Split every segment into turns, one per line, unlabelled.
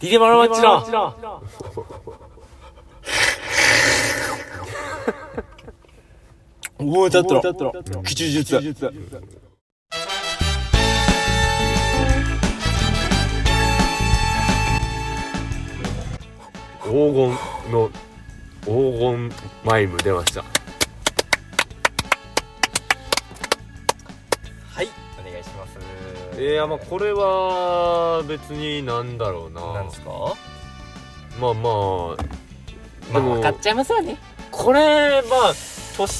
ヒデマラマッチの思い立ったろ吉日
黄金の黄金マイム出ました
はいお願いします
いやまあこれは別になんだろうな
なんですか
まあまあ
まあ
でも
分かっちゃいますよね
これまあ年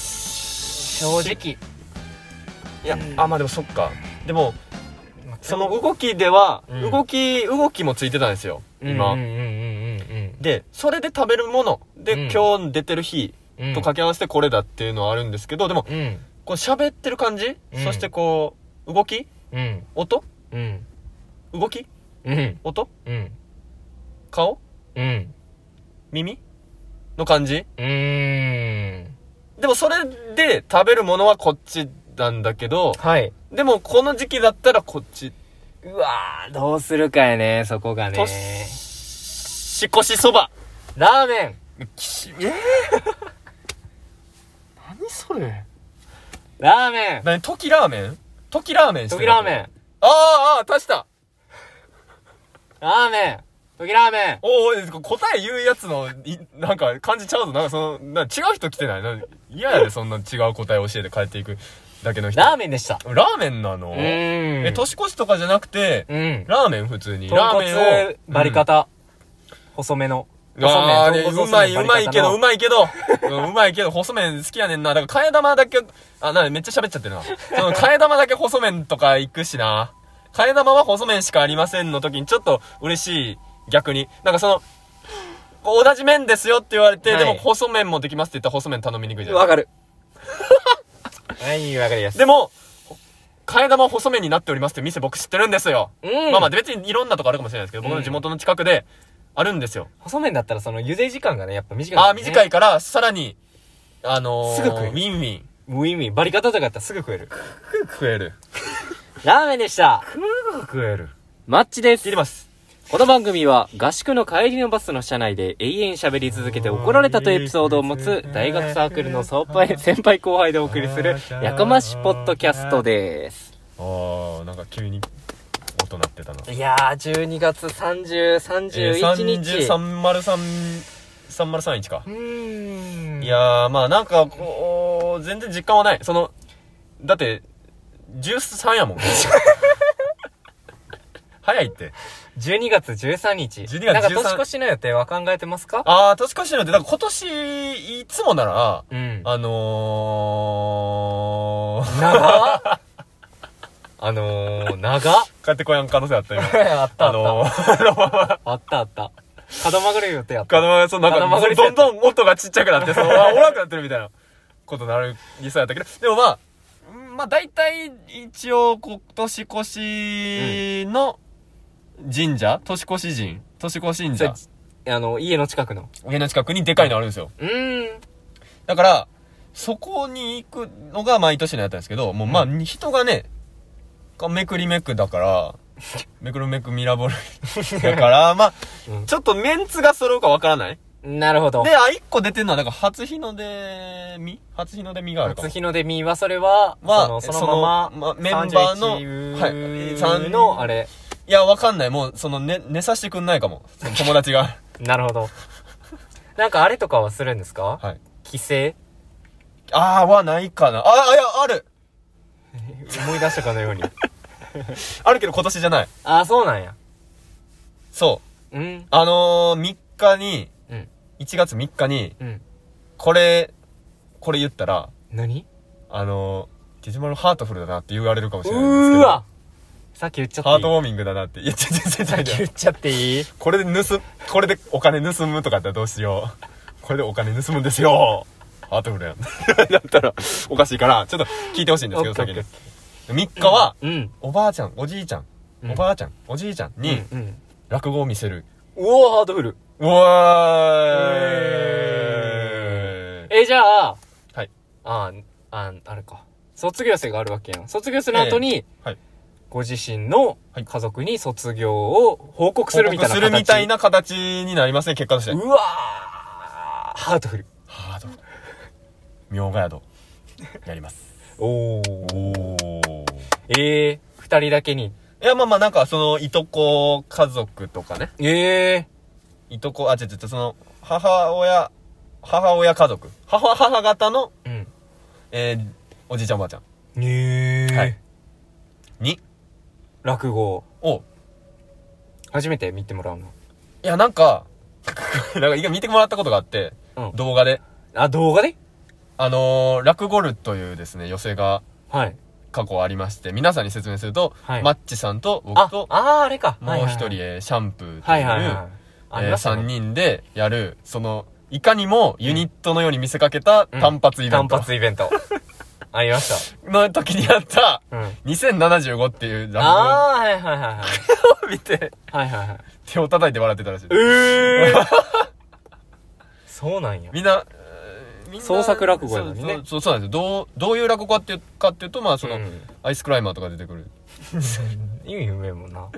正直
いや
うん
あまあでもそっかでも
まあ
その動きでは、
うん
動き動きもついてたんですよ今、
うんうんうんうん
でそれで食べるもので、
うん
今日出てる日
うんうん
と掛け合わせてこれだっていうのはあるんですけどでも
うん
こう喋ってる感じ、
うん
そしてこう動き
うん
音
うん
動き
うん
音
うん
顔
うん
耳の感じ
うーん
でもそれで食べるものはこっちなんだけど
はい
でもこの時期だったらこっち
うわーどうするかやねそこがね
年越しそば
ラーメン
ええ何それ
ラーメン
何時ラーメン時ラーメンして
時ラーメン
あーあー足した
ラーメン時ラーメン
おーおい答え言うやつのいなんか感じちゃうぞなんかそのなんか違う人来てないなんか嫌 やでそんな違う答え教えて帰っていくだけの人
ラーメンでした
ラーメンなの、
う
え
ーん
年越しとかじゃなくて、
うん
ラーメン普通にラ
豚
ーメンを
骨バリ
うん
方、細めの
あ
細
ー
麺
うまい、
豚
う
骨の
まいけど、
バ
うまいけど、うんうまいけど、細麺好きやねんな。だから、替え玉だけ、あ、なんでめっちゃ喋っちゃってるな。その、替え玉だけ細麺とか行くしな。替え玉は細麺しかありませんの時に、ちょっと嬉しい、逆に。なんかその、同じ麺ですよって言われて、
はい
でも細麺もできますって言ったら細麺頼みにくいじゃん。
わかるはいわかりやすい
でも、替え玉細麺になっておりますって店僕知ってるんですよ。
うん
まあまあ別にいろんなとこあるかもしれないですけど、僕の地元の近くで、あるんですよ。
細麺だったらその茹で時間がねやっぱ短い、
あー、短
い
いから、さらに、あのー、
すぐ食える
ウィンウィン。
無意味バリカタとかやったらすぐ食える
食える。
ラーメンでした
食える。
マッチで
切
す
ります。
この番組は合宿の帰りのバスの車内で永遠喋り続けて怒られたというエピソードを持つ大学サークルの先 輩先輩後輩でお送りするやかましポッドキャストです
あー、なんか急に、音鳴ってたな。
いやー12月3031日、
30、3031か
う。ーん
いやー、まあなんか、こう、全然実感はない。その、だって、13やもん。 早いって。
12月13日
12月13
なんか年越しの予定は考えてますか
あー、年越しのって、だから今年、いつもなら、
うん
あのー、
長っ あのー、長っ
帰ってこやん可能性あった よ。
あったあった、
あのー、
あったあった角曲がる予定やった
ガダマが、そのなん
ガダマ
か
が、
どんどん音がちっちゃくなって、 その、あ、おらんくなってるみたいなことになる、にそうやったけど、でもまあ、うんまあ大体、一応、こう年越しの神社、年越し神年越し神社
そあの家の近くの
家の近くにでかいのあるんですよ。
うーん
だから、そこに行くのが毎年のやったんですけど、もうまあ、
う
人がね、かめくりめくだ から、めくる めくミラボルだから、まあ、
うん
ちょっとメンツが揃うかわからない
なるほど。
で、あ、一個出てんのは、なんか、初日の出見初日の出見があるかも。
初日の出見は、それは、
は
その、そのまま、
メンバーの、
は
はい
い、
さ
さ
ん
んの、あれ。
いや、わかんない。もう、その、寝、寝させてくんないか も。その友達が。
なるほど。なんかあれとかはするんですか
はい。
帰省思い
あーはないかな。あー、いや、ある
出したかのように。
あるけど今年じゃない。
ああ、そうなんや。
そう。
うん。
あのー、3日に、
うん。
1月3日に、
うん。
これ、これ言ったら、
何
あのー、手島のハートフルだなって言われるかもし
う
れないんですけ
ー
ど。
わさっき言っちゃっていい
ハートウォーミングだなって。いや、ちょ、ちょ、ち
さ
ょ、
っ
ち
き
ょ
言っちゃっていい
これで盗む、これでお金盗むとかだったらどうしよう。これでお金盗むんですよ。ハートフ ルやん。だったら、おかしいから、ちょっと聞いてほしいんですけど、
オッケ
先
ー
に。3日は、
うん。
おばあちゃん、おじいちゃん、
うん
おばあちゃん、おじいちゃんに
うんうん。
落語を見せる。
うおー、ハートフル。
うわーい
え、じゃあ、
はい。
あー、あー、あれか。卒業生があるわけやん。卒業生の後に、
はい。
ご自身の
はい
家族に卒業を報告するみたいな形。
報告するみたいな形になりますね、結果として。
うわーハートフル。
ハード。妙が宿。やり ます。
おー。
おー。
えー、二人だけに。
いや、まあまあ、なんか、その、いとこ家族とかね。
え
いとこ、あ、違う違う、その、母親、母親家族。母、母方の、
ー。うん。
えー、おじいちゃんおばあちゃん
えー。
はいに、
落語、
を、い
初めて見てもらうの。
や、なんか、 なんか、一回見てもらったことがあって、
うん
動画で、
あ、動画で
あのー、落語ルというですね、寄せが
はい。
過去ありまして、皆さんに説明すると、
はい
マッチさんと
あ
僕と、、
あー、あれか。
もう一人、
はい
えーシャンプーという、
はいはいはい。あり
えー、
ましたね
3人でやる、その、いかにもユニットのように見せかけた
うん
単発イベント
単発イベント。 ありまし
の時にやった、
た。うん。
2075っていう落語
あー、はいはいはいはい。
を 見て、
はいはい はい。
手を叩いて笑ってたらしい。
えー、そうなんや。
みんな、えーみんな
創作落語やのにね
そうそうそうなんですよ。どう、どういう落語かっていう、かっていうと、まあその、
うん
アイスクライマーとか出てくる、
意味不明もんな。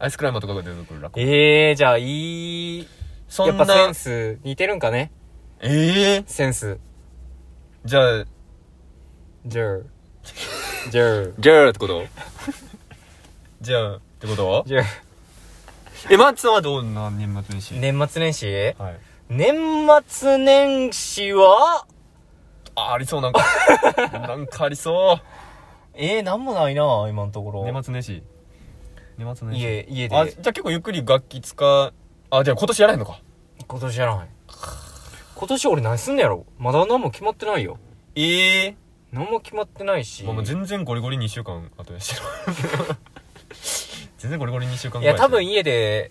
アイスクライマーとかが出てくる落語。
ええー、じゃあ、いい。
そ
や
ん
っ
な
ぱ、センス、似てるんかね
ええー、
センス。
じゃあ、
じゃあ、じゃあ、じゃあってこと
じゃあ、ってことは
じゃあ、
え、マッチさんはどんな年末 年始
年末年始
はい。
年末年始は
あ、ありそう、なんか。 なんかありそう。
えー、なんもないな、今のところ。
年末年始。年末年始。
家、家
あ、じ
で
ゃ。あ結構ゆっくり楽器使う。あ、じゃあ今年やらへんのか。
今年やらない。今年俺何すんのやろまだ何も決まってないよ。
ええ
何も決まってないし。
まあもう全然ゴリゴリ2週間後やしろ。全然ゴリゴリ2週間
い
ぐら
や、
い
多分。家で、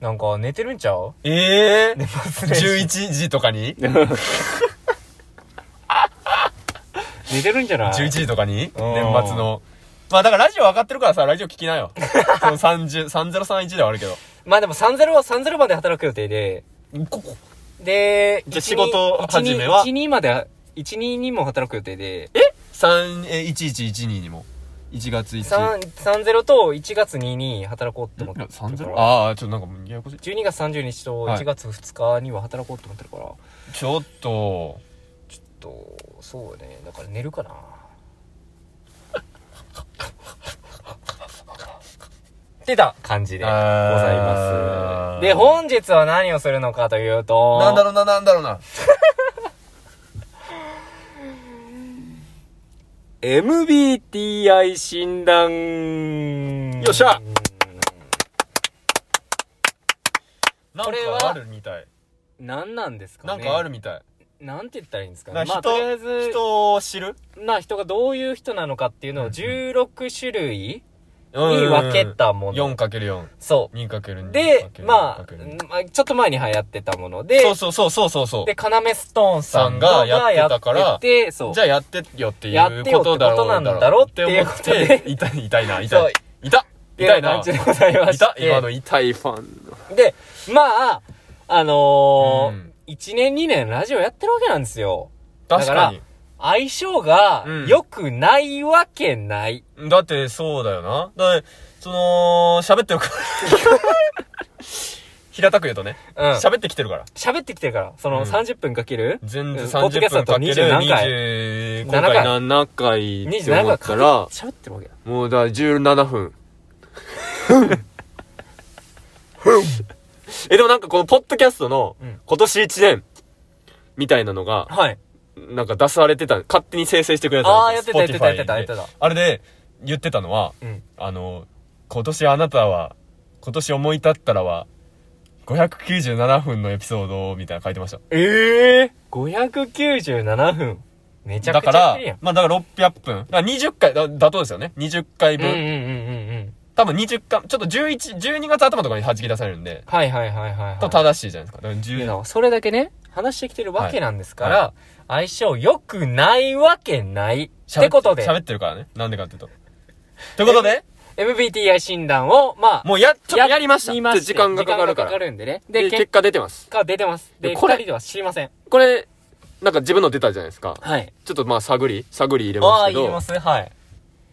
なんか寝てるんちゃう
ええ
末
11時とかに
寝てるんじゃない
?11 時とかに年
うん
末の。まあだからラジオ分かってるからさ、ラジオ聞き なよ。その30、3031ではあるけど。
まあでも30は30まで働く予定で、
ここ。
で、
じゃあ
12
仕事始めは
12 12まで、12にも働く予定で、
3、え、1112にも。1月1日。
3 30と1月2に働こうって思ってるから
30ああちょっとなんかややこしい
12月30日と
はい
1月2日には働こうと思ってるから、
ちょっと
ちょっとそうよねだから寝るかなってた感じでござい
あ
ます
ー
で本日は何をするのかというと
なんだろうななんだろうな
MBTI 診断
よっしゃ
これは
なんかあるみたい
何なんですか
な
ね
んかあるみたい
なんて言ったらいいんですかね
なんか
まあ
人
とりあえず
人を知る
な人がどういう人なのかっていうの
うん
を
うん
16種類
に
に分けたもの、
4×4
そ
2かけ
う
る
でまあ
2
まあちょっと前に流行ってたもので
そうそうそうそうそうそう
で、カナメストーンさん
さ
が
んがやってたから
やっててそう。
じゃあやってよってい
やっ
う
てよ
こ
ってことと
だ
だ
ろ
ろ
う
うっていうことで
痛い痛いな
そ
痛
う
い痛
って
痛
いう
いな
感じでございまして
痛今の痛いファン
で、まあ、あの
うん
ー、1年2年ラジオやってるわけなんですよ。だ
確
か
からに
相性が
うん
良くないわけない。
だってそうだよな。だってその、喋ってるから。 平たく言うとね、
うん。
喋、ってきてるから。
喋ってきてるから、そ
うん
の30分かける
全然
うんポッドキャスト
30分
だと
かける
20何回
20今
7
回
回
7回って思
27
った、
から喋ってるわけだ。
もうだから17分。 え、でもなんかこのポッドキャストの
うん
今年1年みたいなのが、
はい。
なんか出されてた、勝手に生成してくれた
あーやってたやってた
Spotify
やってたやってた
であれで言ってたのは、
うん。
あの、今年あなたは、今年思い立ったらは、597分のエピソードをみたいなの書いてました。
ええー、!597 分。めちゃ
だ
くち
か
ゃやって
ら
るやん、。
まあだから600分。だから20回、だ妥当ですよね。20回
うんうん
分。
うんうんうん。
多分20回、ちょっと11、12月頭とかに弾き出されるんで、
はいはいはいはい、はい。
多分正しいじゃないですか。だから
っていう
10
のはそれだけね、話してきてるわけなんですから、
は
相性良くないわけない。っ
喋
てことで、
喋ってるからね。なんでかっていうと。ということで、
MBTI 診断を、まあ、
もうや、ちょっとやりまし
や
た。ち
り
ょっ
ま
と
して
時間がかかるか。
時間がからるんでね。で、
で、結
結
果出てます。
果出てます。で、
で
こ
これ
人では知りません。
これ、なんか自分の出たじゃないですか。
はい。
ちょっとまあ探り、探り入れます
ああ、
け
言い
ど
ま、すね。はい。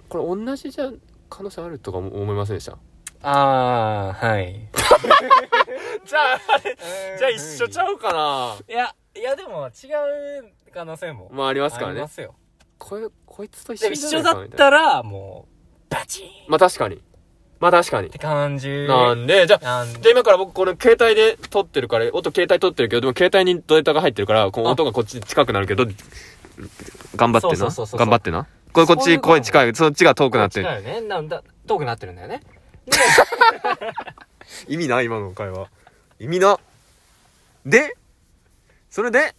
これ同じじゃ、
可能性あるとか思いませんでした
あー、はい。
じゃあ、あれ、じゃあ一緒ちゃうかない
や、いやでも違う可能性も。
まあありますから
あり
ね
ますよ。
これこいつと一
で
緒
も
じ
一
ゃ
緒
な
だ
いか
っ
みいな
たら、もう、バチーンっ
まあ確かにまあ確かに
て感じ。
なんでじゃあ
なん
じゃあ今から僕この携帯で撮ってるから音携帯撮ってるけどでも携帯にデータが入ってるからこの音がこっち近くなるけど頑張って
そ
な
うそうそうそう
頑張ってなこれこっ
そういう
ち
こと
声近いそっちが遠くなって
近いよね。なんだ、遠くなってるんだよね。
意味ない今の会話意味なでそれで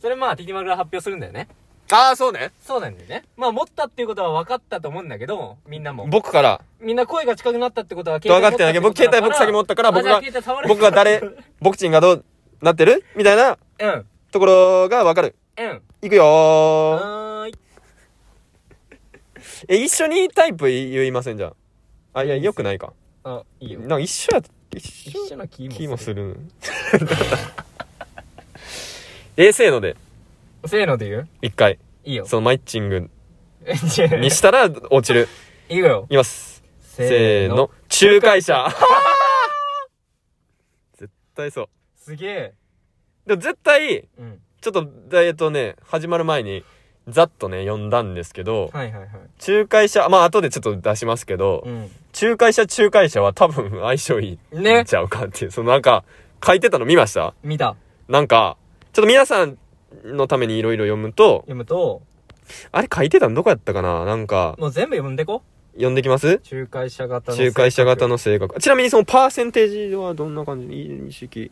それまあ、ティティマルが発表するんだよね。
ああそうね
そうなんだよね。まあ、持ったっていうことは分かったと思うんだけど、みんなも。
僕から
みんな声が近くなったってことは、
分かってないけど僕携帯僕先持ったから僕が僕 が誰僕ちんがどうなってるみたいな
うん。うん。
ところが分かるいくよー
はーい。
え一緒にタイプ言いませんじゃんあいやよくないか
あ、いいよ
なん。か一緒や一緒
一緒な気も
気もす
る。
る えせーので
せーので言う
一回
いいよ。
そのマイチング
え違う
にしたら落ちる
いいよ。
いきますせーの。仲介 者絶対そう
すげえ。
でも絶対
うん。
ちょっとダイエットね始まる前にざっとね読んだんですけど
はいはいはい。
仲介者まあ後でちょっと出しますけど
う
仲介者仲介者は多分 相性いい
ん。ね
ん。ちゃうかっていうそのなんか書いてたの見ました
見た。
なんか、ちょっと皆さんのためにいろいろ読むと、
読むと、
あれ書いてたのどこやったかななんか、
もう全部読んでこ。
読んできます
仲介者型の性格。
仲介者型の性格。ちなみにそのパーセンテージはどんな感じ意識。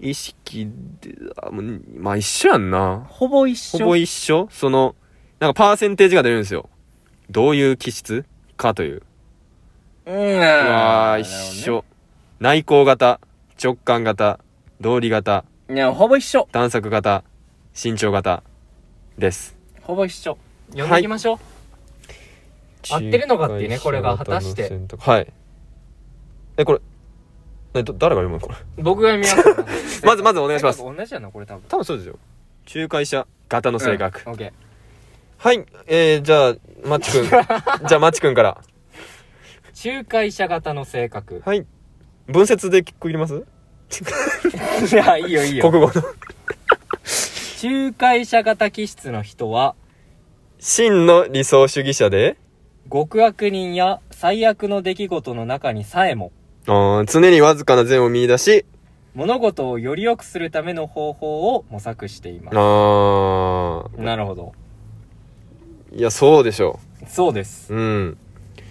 意識で、あもうまあ一緒やんな。
ほぼ一
ほ
緒。
ぼ一緒その、なんかパーセンテージが出るんですよ。どういう気質かという。
う
うわ
ん。
ー、一緒。内向型、直感型、道理型、
いや、ほぼ一緒。
探索型、慎重型です。
ほぼ一緒。読んでいきましょう。合ってるのかっていうねこれが果たして
はいえこれえど誰が読むのこれ
僕が見ますから
まずまずお願いします
同じやな、これ多分。
多分そうですよ仲介者型の性格、
オッケー。
はいえー、じゃあマッ チ君じゃあマッチ君から
仲介者型の性格。
はい文節で区切ります
いや、いいよいい
国。語の
仲介者型気質の人は、
真の理想主義者で
極悪人や最悪の出来事の中にさえも、
あー常にわずかな善を見出し
物事をより良くするための方法を模索していま
あー
す。なるほど。
いやそうでしょ
そうです。
ううん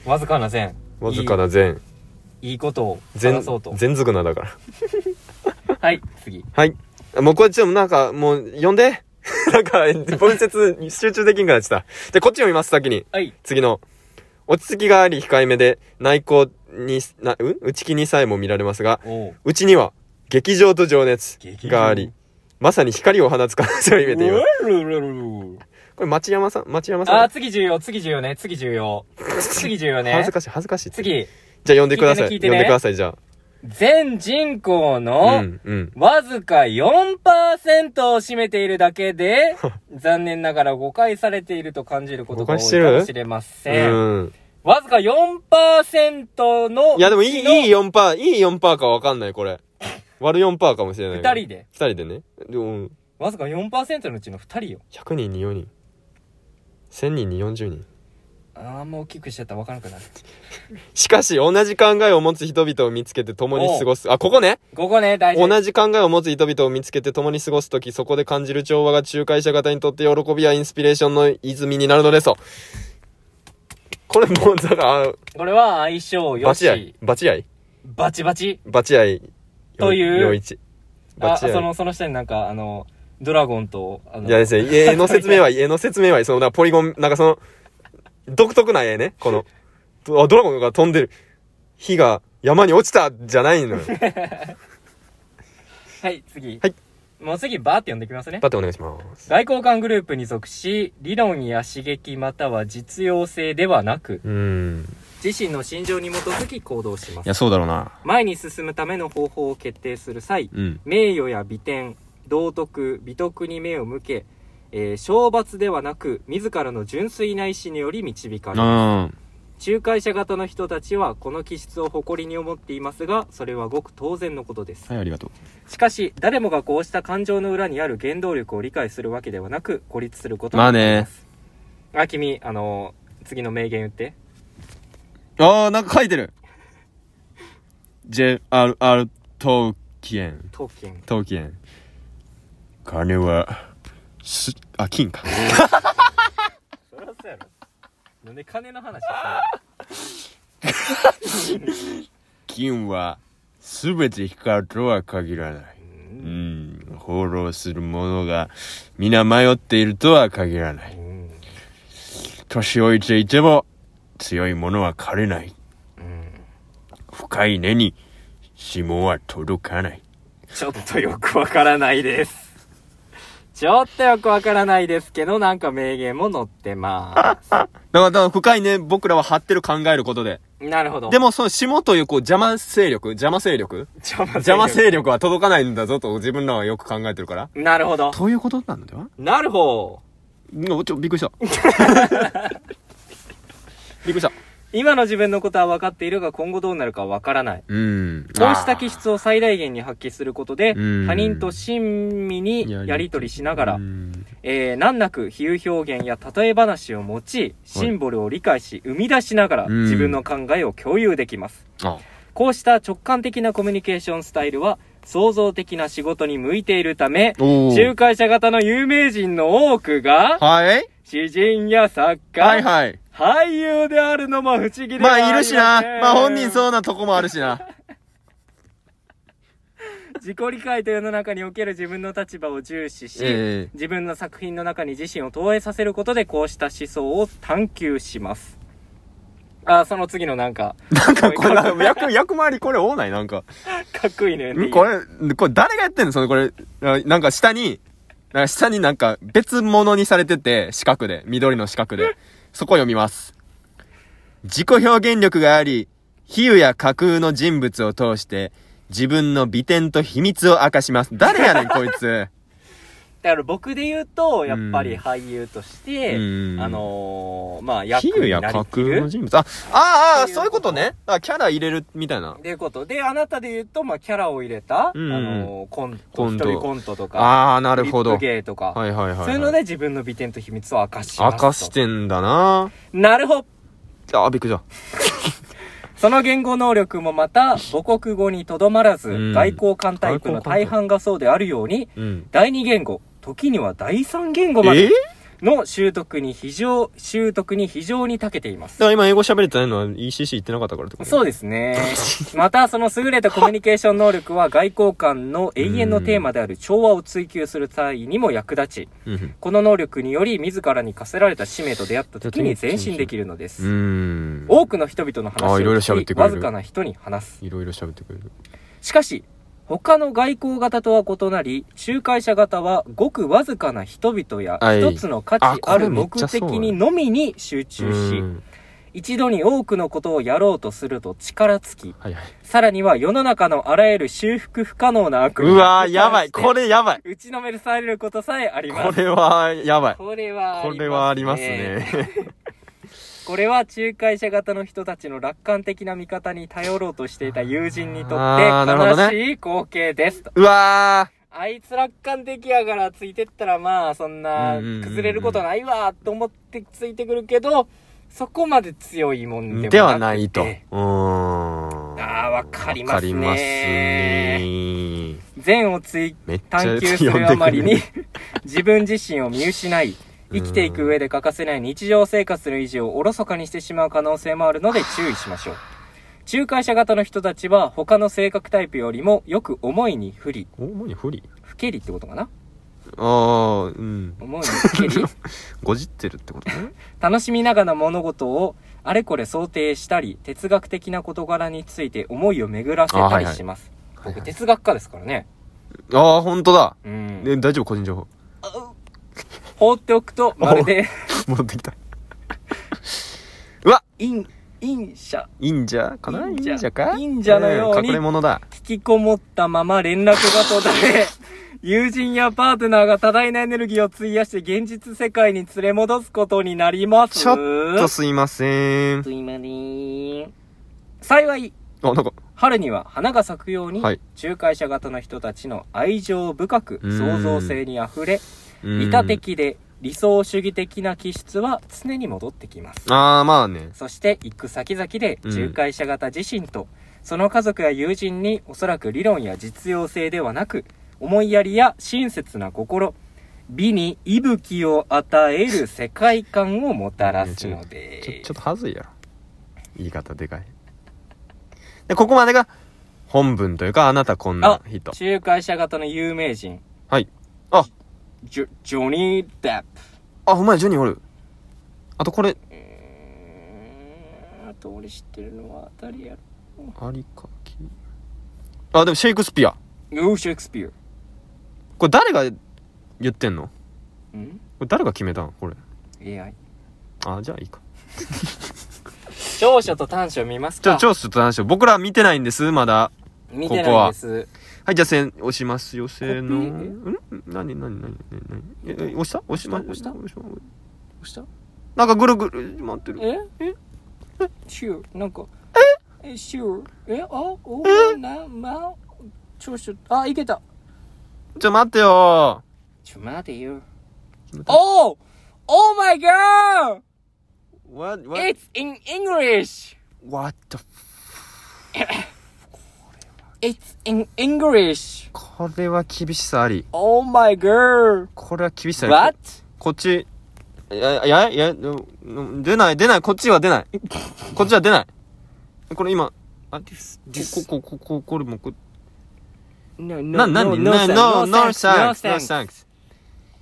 わずかな善。
わずかな善
いいことを
善
探そうと。
善ずくなだから
はい、次。
はい。もうこれちょっとなんか、もう、読んで。 なんか、文節に集中できんからちょっと。じゃあこっち読みます、先に。
はい。
次の。落ち着きがあり控えめで、内向に、な、うん内気にさえも見られますが、
おう。
うちには、劇場と情熱
劇場
があり、まさに光を放つ可能性を秘めています。これ、町山さん、町山
あ
さ
ー、
ん。
次重要、次重要ね、次重要。次重要ね
恥ず。かしい、恥ずかしい。。
次。
じゃあ、呼んでください。
聞いて
呼
ね聞いてね
んでください、じゃ
全人口
あ。う
の、
ん、うん。
わずか4%を占めているだけ で、残念ながら誤解されていると感じることが多いかもしれません。
うん。
わずか4%の、
いや、でも、いい、いい4%パー、いい4%パーかわかんない、これ。割る4%パーかもしれない。
2人で。
二人でね。でも、
わずか4%のうちの2人よ。
100人に4人。1000人に40人。
あんま大きくしちゃったらわからなくなる。
しかし、同じ考えを持つ人々を見つけて共に過ごす。あ、ここね。
ここね、大事。
同じ考えを持つ人々を見つけて共に過ごすとき、そこで感じる調和が仲介者方にとって喜びやインスピレーションの泉になるのですと。これもう、だから、
これは相性よ
バチアイ
し。。
バチアイ。
バチバチ。
バチアイ。
という
よ一。バ
あ、
チアイ。
その、その下になんか、あの、ドラゴンと、あの
いやですね、絵の説明 は、絵の説明は、その、なんかポリゴン、なんかその、独特な絵ね、この、どあドラゴンが飛んでる。火が山に落ちたじゃないのよ。
はい、次。
はい
もう次、バーって呼んできますね。
パッてお願いします。
外交官グループに属し、理論や刺激または実用性ではなく、
うーん。
自身の心情に基づき行動しま
い
す。
や、そうだろうな。
前に進むための方法を決定する際、
うん。
名誉や美点、道徳、美徳に目を向け、えー、賞罰ではなく、自らの純粋な意志により導か
う
れる。
ん。
仲介者型の人たちはこの気質を誇りに思っていますがそれはごく当然のことです
はいありがとう
しかし誰もがこうした感情の裏にある原動力を理解するわけではなく孤立すること
まあ
に
ね
なります、あ君あの次の名言言って
あーなんか書いてる JRR トーキエン
トーキン
トーキエン金はすあ金か
そりゃそうやろなんで金の話
金は全て光るとは限らないうん放浪する者が皆迷っているとは限らない
うん
年老いていても強い者は枯れない深い根に霜は届かない
ちょっとよくわからないです。ちょっとよくわからないですけど、なんか名言も載ってま。
だからだから深い根僕らは張ってる考えることです
なるほど。
でもその霜というこう邪魔勢力邪魔勢力
邪魔
邪魔勢力は届かないんだぞと自分らはよく考えてるから
なるほど。
ということなのでは
なるほ
う
ど。
んおちょびっくりしたびっくりした
今の自分のことは分かっているが、今後どうなるかはわからない。
うん
こうした気質を最大限に発揮することで、
うん
他人と親身にやり取りしながら
う、ん
えー、難なく比喩表現や例え話を用い、シンボルを理解し、生み出しながら、
うん
自分の考えを共有できます。
あ
こうした直感的なコミュニケーションスタイルは創造的な仕事に向いているため、
お
仲介者型の有名人の多くが、
はい
詩人や作家、
はいはい。
俳優であるのも不思議では
ま
あり
あ、いるしな。まあ、本人
う。
そうなとこもあるしな。
自己理解という世の中における自分の立場を重視し、
ええ
自分の作品の中に自身を投影させることでこうした思想を探求します。あー、その次のなんか、
なんか、これ、役、役回りこれ多ないなんか。
かっこいいね。
んこれ、これ誰がやってんのその、これ、あなんか下に、なんか下になんか別物にされてて、四角で、緑の四角で。そこ読みます。自己表現力があり、比喩や架空の人物を通して、自分の美点と秘密を明かします。誰やね ん、こいつ。
だから僕で言うと、やっぱり俳優として、
うん
あのー、まあ、役
比喩
に
や
なり
架
き
空の
る。
人物。あ、あーあ
って
ー、
いう
そういうことね。あ、キャラ入れるみたいな。
っていうことで、あなたで言うと、まあ、キャラを入れた、
うん
あのー、コン
コ
ト、一
ント
人コントとか、
ああ、な
な
るほど。
リップ芸とか、
はいはいはい、はい。
そういうので自分の美点と秘密を明かしま
明
すと。
かしてんだな
なるほど。
あー、びっくりした。
その言語能力もまた、母国語にとどまらず、
うん
外交官タイプの大半がそうであるように、
うん。
第二言語、時には第三言語
え
ま
ー
での習得に非常、習得に非常に長けています
だ。から今英語喋れてないのは ECC 行ってなかったから ってこと
そううですね。また、その優れたコミュニケーション能力は外交官の永遠のテーマである調和を追求する際にも役立ち、
うん。
この能力により自らに課せられた使命と出会った時に前進できるので
うー
す。
ん。
多くの人々の話
あ
を
いろいろ
聞
喋っ
き
てくれ
わ
る
ずかな人に話す。
いろいろ喋ってくれる。
しかし、他の外交型とは異なり、仲介者型はごくわずかな人々や
はい
一つの価値あ
あこ
る
れめ
目
っちゃそう
的
だね
にのみに集中
う
し、
ん
一度に多くのことをやろうとすると力尽き、
はいはい。
さらには世の中のあらゆる修復不可能な悪
うわー、やばい。こ
れ。
れやばい。
打ちのめされることさえありま
こ
す。
れは、やばい。
これは、
これはあります。ね。
これは仲介者型の人たちの楽観的な見方に頼ろうとしていた友人にとって
あーなるほど
悲
ね
しい光景ですと。
うわ
あいつ楽観的やからついてったらまあそんな
うんうんうんうん
崩れることないわと思ってついてくるけど、そこまで強いもんでもなく
ー。
て
ではないと。うーん。
あーわかりますね
わかりますね
善を追
めっちゃ
探求す
呼んでく
る
る
あまりに自分自身を見失い生きていく上で欠かせない日常生活の維持をおろそかにしてしまう可能性もあるので注意しましょう仲介者型の人たちは他の性格タイプよりもよく思いに不利
お、主に不利
不けりってことかな
あー、うん。
思いに不けり
ごじってるってこと ね。
楽しみながら物事をあれこれ想定したり哲学的な事柄について思いを巡らせ
あは
た
い
り
はい
しま
は
す、
いはい
僕哲学家ですからね
あー、ほんとだ。
うん、
え、大丈夫個人情報。
放っておくとまるで
戻ってきた。うわ
陰陰者
忍者かな
忍
忍
者
者か
忍者のように
ん隠れ者だ。
引きこもったまま連絡が途絶え、 友人やパートナーが多大なエネルギーを費やして現実世界に連れ戻すことになります。
ちょっとすいません。
すいません。幸い、
あ、なんか、
春には花が咲くように、
はい
仲介者型の人たちの愛情深く、
う
創
ん
造性にあふれ、
うん
利他。的で理想主義的な気質は常に戻ってきます。
あー、まあね。
そして行く先々で
うん
仲介者型自身と、その家族や友人におそらく理論や実用性ではなく思いやりや親切な心美に息吹を与える世界観をもたらすので
ちょ、ちょっとはずいやろ。言い方でかい。で、ここまでが、本文というか、あなたこんな人。
仲介者型の有名人
はいあ
ジョジョニー・デップ
あ、ほんまや、ジョニーおる。あとこれ、
うーんあと俺知ってるのは誰や
ありかき。あ、でもシェイクスピア。
ろーシェイクスピア
これ誰が言ってんのこ
ん
れ誰が決めたんこれ。
AI
あ、じゃあいいか。
長所と短所見ます
じゃ
か
あ、超すと話を。僕ら見てないんです、まだ。
見てないです
はい、じゃあ、線押しますよ、せーの。
コピー
ん何、何、何、何、何え、え押した押しま、
押した
押しま、押し
押した
まなんかぐるぐる回ってる。
ええシューなんかえシューえあおなま長所あいけた
ちょ、待ってよ
ちょ待てよ
決めた
おお Oh my god!
ー。What, what,
It's in English!
what the f-
It's in English!
これは厳しさあり。
Oh my god!
これは厳しさあり。
What?
こっち、いや、いや、いや、でも出ない、出ない、こっちは出ない。こっちは出ない。これ今、あ、こ、こ、こ、こ、これもこ、
No,
な、
no,
な
no,
に
no,
な
thanks, no,
に no,
thanks,
no
no,
thanks, no
thanks.
thanks.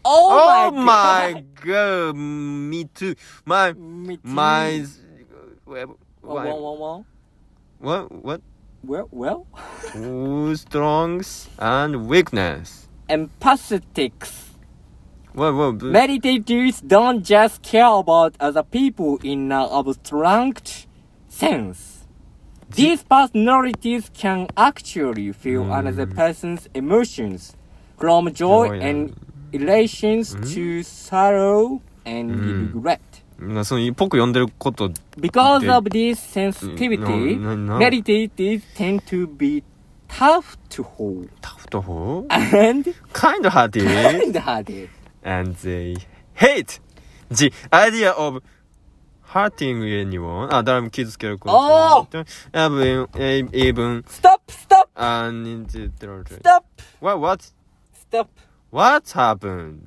Oh
Oh
my god!
my god, me too. My,
Me too.
my,
Wow, wow, wow, wow.
what, what,
Well, well.
strengths and weakness.
Empathetics.
What, what,
Meditators don't just care about other people in an abstract sense. These personalities can actually feel
Hmm.
another person's emotions, from joy
Joy
and
Hmm?
elations to sorrow and regret.
その、ぽく読んでること、
Because
Okay.
of this sensitivity,
No, no, no.
meditators tend to be tough to hold
タフトホ
and
kind hearted.
kind-hearted.
and they hate the idea of hurting anyone. あ、誰も傷つけること
お。
even, even,
Stop! Stop!
and, what,
Stop!
what,
Stop!
what happened?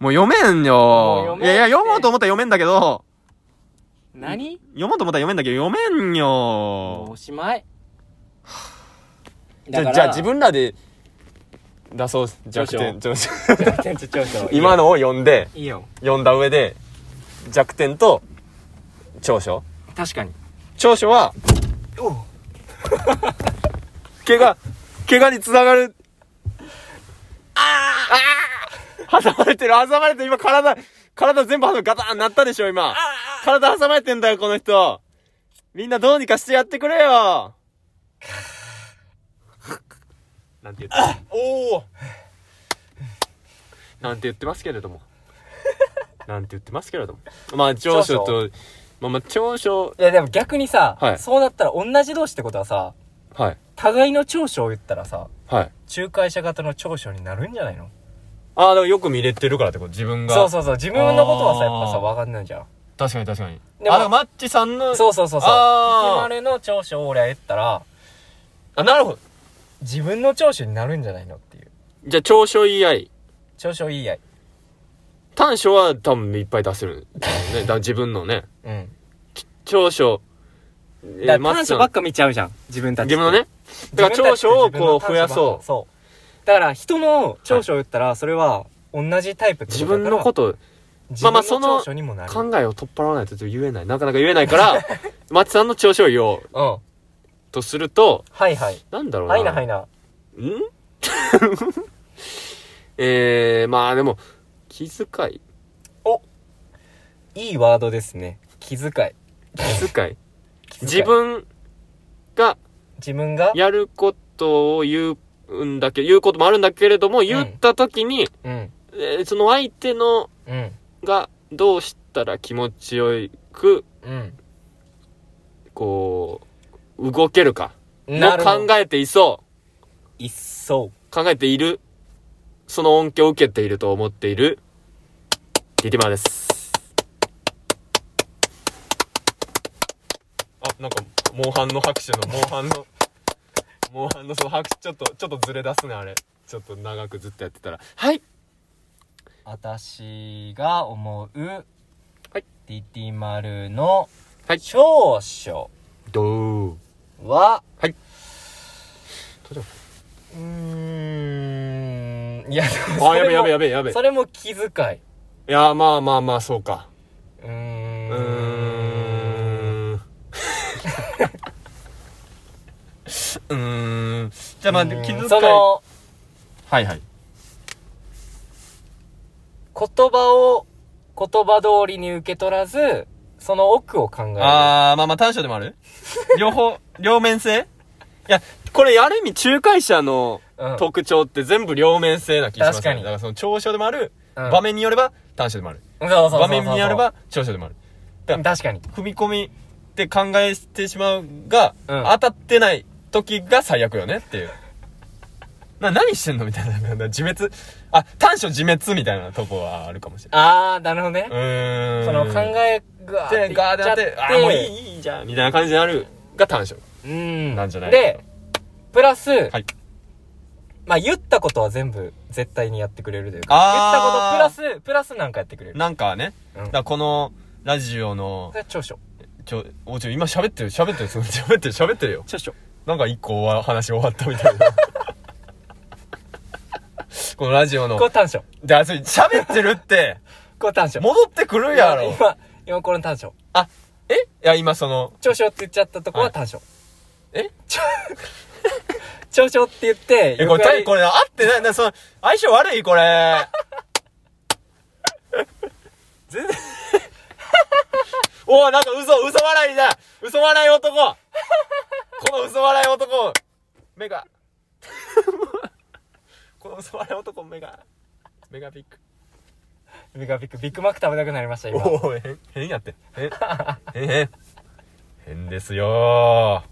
もう読めんよ
もう読。
い
めん
やいや、読もうと思ったら読めんだけど、
何
読もうと思ったら読めんだけど、読めん
もうお
よ。
しまい。
じゃ、じゃあ自分らで出そう。弱点、弱点
店長長所。
今のを読んで、
いいよ。
読んだ上で弱点と長所
確かに。
長所は 怪我怪我につながるああ挟まれてる挟まれてる今体体全部挟まれてガタンなったでしょ今体挟まれてんだよこの人みんなどうにかしてやってくれよ
なんて言って、
おお
なんて言ってますけれど も。なんて言ってますけれども。
まあ長所
長
とまあまあ長所
いやでも逆にさ、
はい
そうなったら同じ同士ってことはさ、
はい
互いの長所を言ったらさ、
はい
仲介者型の長所になるんじゃないの
ああだからよく見れてるからってこと自分が
そうそうそう。自分のことはさ、
あ
や
ー
っぱさ、わかんないじゃん。
確かに確かに
でも
あだからマッチさんの
そうそうそうそう。
あー
生まれの長所を俺は言ったら、
あなるほど
自分の長所になるんじゃないのっていう。
じゃあ、長所言い合い。
長所言い合い。
短所は多分いっぱい出せる。ね、だから自分のね。
うん。
長所。えー
だから
マッ
短
チさ
所
ん
ばっか見ちゃうじゃん。自分たちって。
自分のね。だから長所をこう増やそう。
そう。だから人の長所を言ったら、それは同じタイプって
自
とだ。
分のことと、
自
まあ
分
ま
の
あその
長所にもなる。
考えを取っ払わないと言えない。なかなか言えない から、マッチさんの長所を言おう
うん。
とすると、
はいはい。
なんだろうな。
はいなはいな。
ん えー、まあでも、気遣い。
いいワードですね。気遣い。
気遣い。
気遣い
自。分が
自分が
やるこ
ことを言うんだけど、言うこともあるんだけれども、言った時に、
うん。
えーその相手の
うん。
がどうしたら気持ちよく、
うん。
こう、動けるか。
な
の
るほど
考えていそう。
いっそ
考えている。その恩恵を受けていると思っている。ディティマーです。
あ、なんか、モンハンの拍手の、モンハンの、 モンハンのその拍手、ちょっと、ちょっとずれ出すね、あれ。ちょっと長くずっとやってたら。
はい。、
私が思う、はいディティマルの
はい
長所
どう
は、
はい、
うーんいやでも
あ、やべやべや
べ
べやべ。い
それも気遣い
や、まあまあまあ、そうか。
うーん
うーん。
うーん。じゃあまあ、気遣い。
その
はいはい。
言葉を言葉通りに受け取らずその奥を考える
あー、まあまあ短所でもあ る両方、両面性
これ、ある意味、仲介者の
うん
特徴って全部両面性な気がします、ね。
確かに
だからその長所でもある、
うん
場面によれば短所でもある。
そうそうそうそう
場面によれば長所でもある。
うん確かに
踏み込みって考えてしまうが、
うん
当たってない時が最悪よねっていう。な、何してんのみたいな。なんか自滅。あ、短所自滅みたいなとこはあるかもしれない。
ああなるほどね
うーん。
その考えが
で、ガーであって、あ、もういい、いいじゃん。みたいな感じになるが短所。
うん
なんじゃない
でプラス、
はい
まあ言ったことは全部絶対にやってくれるというか
あー
言ったことプラスプラスなんかやってくれる
なんかね、
うん
だからこのラジオの
そ、れは長所
ちょ、おちょ、今喋ってる、喋ってる、そ の喋ってる、喋ってるよ。
長所
なんか一個は話終わったみたいな。 このラジオの
こ。れ短所
じゃあ、それ喋ってるって、
これ短所
戻ってくるやろ。
今今この短所
あ、えいや、今その、
長所って言っちゃったとこは
はい
短所
え
ちょ長所って言って
え、こ
よ
れ、
くあ
た
り
これ、合ってない、な、その、相性悪い これ。全然。おい、なんか嘘、嘘笑いだ嘘笑い男この嘘笑い男 目が。この嘘笑い男目が。目がビッグ。
ビッグビッグビッグマック食べたくなりました今
おお、変、変やって。 変、変、変。変ですよ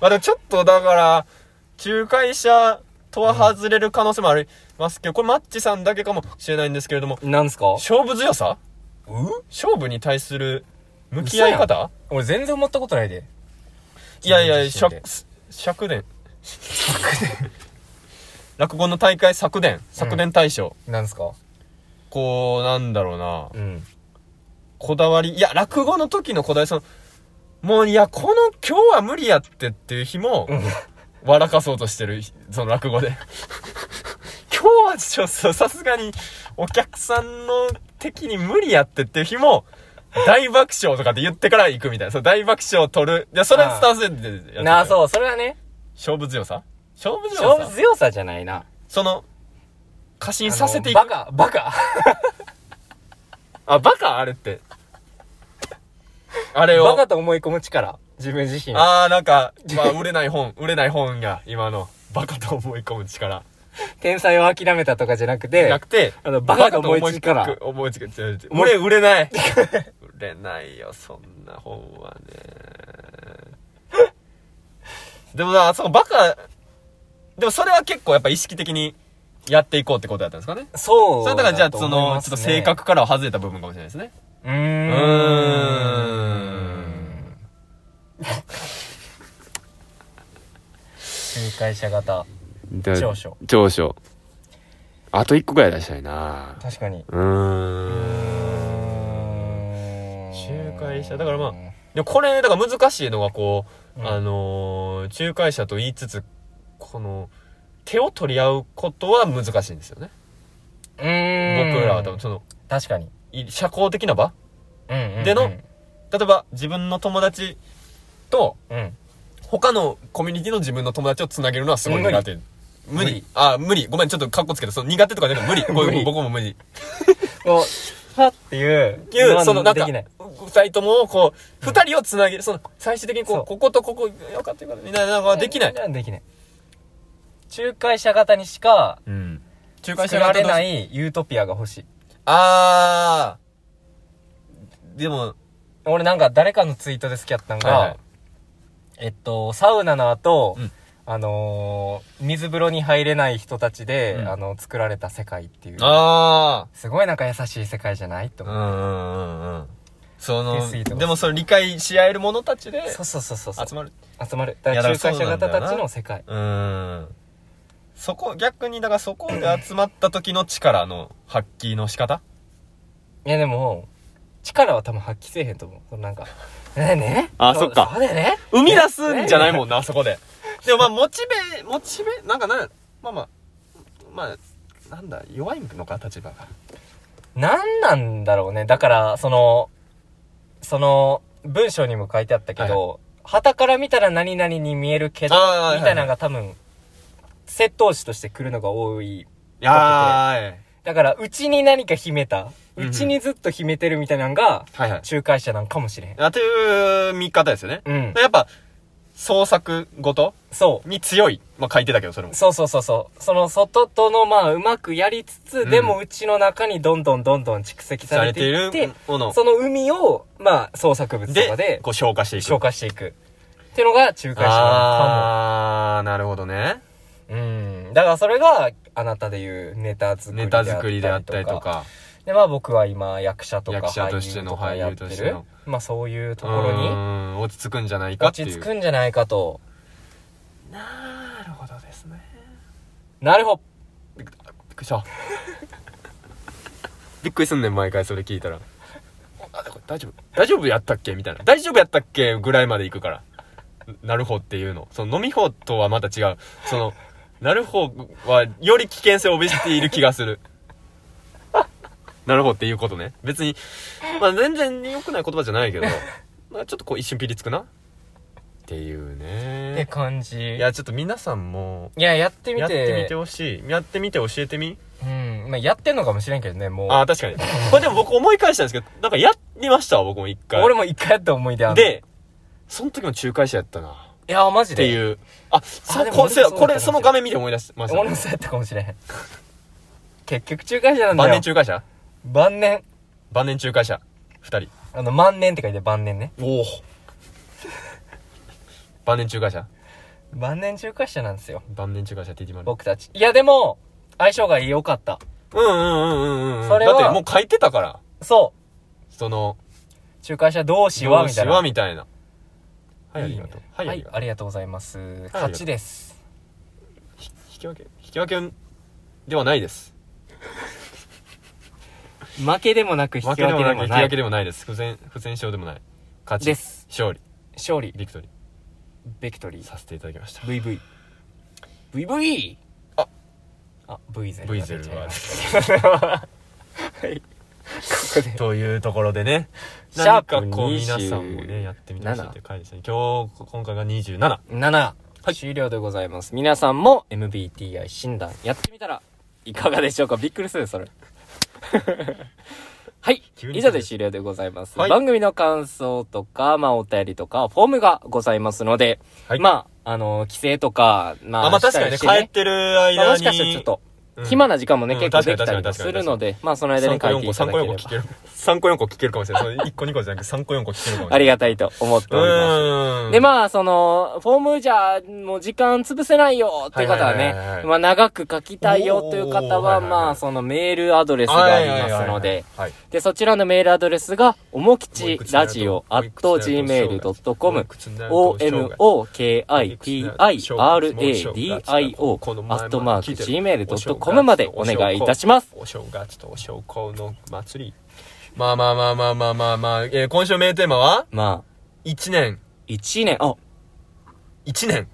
まあでもちょっとだから、仲介者とは外れる可能性もありますけど、これマッチさんだけかもしれないんですけれども、
なんすか
勝負強さ勝負に対する向き合い方
俺全然思ったことないで
いやいや、
自分自
釈
身で、
釈伝。 落語の大会昨伝、昨伝大賞。
なんすか
こう、なんだろうな。
うん
こだわり、いや、落語の時のこだわり、その、もういや、この今日は無理やってっていう日も、笑かそうとしてる、その落語で。 今日はちょっとさすがに、お客さんの敵に無理やってっていう日も、大爆笑とかって言ってから行くみたいな。その大爆笑を取る。いや、それはスタンスでやってる
なあそうそれはね
勝負強さ勝負強
勝
さ
負強さじゃないな
その、過信させていく。
あのバカバカ
あ、バカあれって。あれ を。
バカと思い込む力自分自身を
あー、な んか、まあ、売れない本、売れない本が、今の、バカと思い込む力。
天才を諦めたとかじゃなく
じゃ
て
なくて、
あのバカと思いつくから
バカと思いつく思いつく違う違う俺、売 れない。売れないよ、そんな本はね。 でもな、そのバカ、でもそれは結構やっぱ意識的にやっていこうってことだったんですかね。
そう
それだからじゃあ、
と
そ
思い
の、
ま
ちょ
すね
っと性格からは外れた部分かもしれないですね。
うー
うんーん。
仲介者
だ
型長所
長所。あと一個ぐらい出したいな
確かに
うーん。
仲介者だからまあでもこれだから難しいのがこう、
うん
あのー仲介者と言いつつこの手を取り合うことは難しいんですよね、
うーん
僕らは多分その
確かに
い社交的な場
うんうん
での
うん
例えば自分の友達と
うん
他のコミュニティの自分の友達をつなげるのはすごい苦手
無
無理
理
あ無理ごめんちょっとカッコつけてその苦手 とかじゃなくて無理こういう
無理
僕も無理
こうファっていう
いうそのなん
で
か
きない
二人ともをこう、二人をつなげる。その、最終的にこ
そう
う、こことここ、よかったよかった、みたいなのができない。
できない。仲介者型にしか
うん。仲介
作
者
ら
が
れないユートピアが欲しい。
あー。でも、
俺なんか誰かのツイートで好きやったんが、
はいはい
えっと、サウナの後、
うん
あのー水風呂に入れない人たちで、
うん
あの、作られた世界っていう。
あ
すごいなんか優しい世界じゃないと
ー。うん
思う。
うんうんうん。そ
手すりと
の、
か
でもそれ理解し合える者たちで、
そうそうそうそう。
集まる。
集まる。だ
い
か
や
ら
だ
仲
か
介
ら
者
そうな
型
んだよな
たちの世界。
うん。そこ、逆に、だからそこで集まった時の力の発揮の仕方
いやでも、力は多分発揮せえへんと思う。そのなんか、ねえね
あそっか
そうだよね。
生み出すんじゃないもんな、そこで。でもまあ、モチベ、モチベ、なんかなん、まあまあ、まあ、なんだ、弱いのか、立場が。
なんなんだろうね。だから、その、その、文章にも書いてあったけど、旗から見たら何々に見えるけど
あー、
みたいなのが多分、窃盗師として来るのが多い。
いや
だから、うちに何か秘めた。
うんう
うんちにずっと秘めてるみたいなのが、
ー、はいはい。
仲介者なんかもしれへん。
あという見方ですよね。
うん。
やっぱ、創作ごと
そう。
に強い。まあ書いてたけど、それも。
そうそうそうそう。その外との、まあ、うまくやりつつ、
ん
でもうちの中にどんどんどんどん蓄積さ
さ
れ
れ
て
てい
いって、
るもの
その海を、まあ、創作物とか
で
で、
こう消化していく。
消化していく。ってのが仲介者な
あー、なるほどね。
のかも。うん。だからそれが、あなたで言うネタ作り
ネ
であった
タ
りとか。
作りであったりと。か。
で、まあ僕は今、役者とか
役者としての
俳優とか
俳優と
やっ
してて
る
の。
まあそういうと
う
ころに
ーん落ち着くんじゃないかってい
落
う。
ち着くんじゃないかと。
なるほどですね。
なるほど。
びっくりした。 びっくりすんねん、毎回それ聞いたら。あ、これ大丈夫大丈夫やったっけみたいな。大丈夫やったっけぐらいまで行くから。なるほっていうの。その飲み方とはまた違う。その、なるほはより危険性を帯びている気がする。 なるほっていうことね。別 に、まあ全然良くない言葉じゃないけど、まあちょっとこう一瞬ピリつくな。っていう
って
ね。
感じ。
い
いや、
や、ちょっと皆さんも、
やってみ。
やっててみてほしい。やってみて教えてみ。
うん。まあやってんのかもしれんけどね、もう。
ああ、確かに。これでも僕思い返したんですけど、なんかやりましたわ、僕も一回。
俺も一回やった思い出ある。、
で、その時も仲介者やったな。
いや、マジ
っ
で。
ていう。あ、そ
あ
う、
でも
こ
俺もそうだった
これ、その画面見て思い出しました。
俺もそうやったかもしれへん。結局仲介者なんだ
晩
よ。
年仲介者
晩年。
晩年仲介者。二人。
あの、万年って書いて晩年ね。
おお。 晩年仲介者
晩年仲介者なんですよ。
晩年仲介者って言っても
僕たち。いや、でも、相性が良かった。
らうんうんうんうんうん。
それは
だってもう書いてたから。
そ
その、
う。仲介者同士は、みたい
どうしは
な。
みたいな。はい、あ
い
り
い
が
ね
とう。
は
は、
い
あ
い
り、がとう。
ありがとうございます。
ありがとう
勝ちです。
引き分け引き分けではないです。
負けでもなく引き
負
分
けで
け
も
で
なく
も
引き
な
分け
い。
でもないです。不戦、不戦勝でもない。勝ち。
です。
勝利。
勝利、
ビクトリ
ビクトリ
ー
ー、
させていただきました。
VV。VV!
あ、
あ、V ゼル。
V ゼルは。
ここで。
というところでね。
シャープ
何かこう皆
27
さんもね、やってみてほしいって回ですね。今日、今回が27。
7、
はい
終了でございます。
皆さんも MBTI 診断やってみたらいかがでしょうかびっくりするそれ はい
急に
以上で終了でございます、
はい
番組の感想とか、まあ、お便りとかフォームがございますので、
はい
まああの帰省とかまあ
あ、まあ確かにね、
し
帰
たりして
ってる間に。
まあ、もしかしたらちょっと、
うん、
暇な時間もね、
うん
結構できたり
確か
も
に確か
す
に
るので、まあその間に
3
書
個
いて
4個、
いただ
3個
ければ
4個聞ける。3個4個聞けるかもしれな い。その1個2個じゃなくて3個4個聞けるかもしれない。
あり
が
がたいと思っております。
うーん。
で、まあ、その、フォームじゃ、もう時間潰せないよっていう方は
はいはいはいは
ね
い、
まあ、長く書きたいよという方
おーはい
は、
はいはい
まあ、そのメールアドレスがありますので、
はい、
で、そちらのメールアドレスが、おもきちラジオ
もう
アッ
いくつにな
ト
ると
gmail.com
もういくつになると生涯
omokitiradio アットマーク gmail.com までお願いいたします。
お正月とお正月の祭り。まあまあまあまあまあまあまあ、えー今週のメールテーマは、
まあ、
1年、
1年、あ、
1年、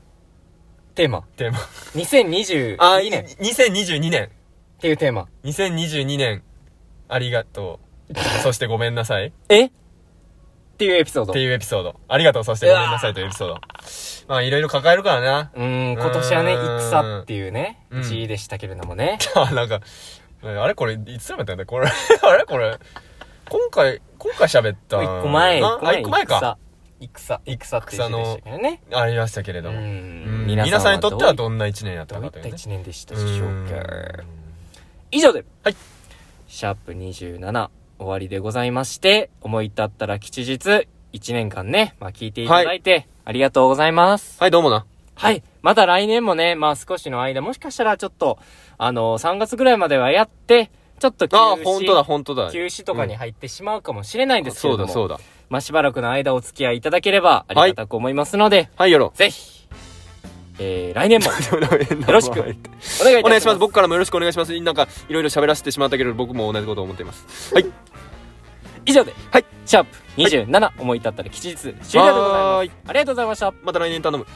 テーマ。
テーマ。
2022
あ、いい
年っ
ね。2022年。
ていうテーマ。
2022年、ありがとう。そしてごめんなさい。っ
えっていうエピソード。
て
う
いうエピソード。ありがとう、そしてごめんなさいというエピソード。まあ、いろいろ抱えるからな。
ーん、今年はね、
うーん
戦っていうね
う、ん
字でしたけれどもね。
あ、なんか、あれこれ、いつやめたんだこれ、あれこれ、今回、今回喋った。
一個前、
あ、あ一
一
個前か。。
戦、戦っていう字でしたけどね。
ありましたけれど
う
も。
ん。
皆
皆
さ
さんは
んにとってはどんな一年やっ
ど
た
うい
か
っ
という
た
ね。
一年でしたでしょうか。
以上で、
はい
シャープ27終わりでございまして、思い立ったら吉日、1年間ね、まあ聞いていただいて、ありがとうございます。
はい、どうもな。
はい。また来年もね、まあ少しの間、もしかしたらちょっと、あの、3月ぐらいまではやって、ちょっと休
ああ、
止、
ほんとだ、ほんとだ。
休止とかに入ってしまうかもしれないんですけ
そ
れ
う
ど
だ、
も、
そうだ。
まあしばらくの間お付き合いいただければありがたく思いますので、
はい、よろ。
ぜひ、えー、来 年も
よ
ろ しく お願いいたしま
お
す。
願いします。僕からもよろしくお願いします。なんか、いろいろ喋らせてしまったけど、僕も同じことを思っています。はい。
以上で、
はい
シャープ27、思い立ったら吉日終了でござい
は
ま
ーい
す。ありがとうございました。
また来年頼む。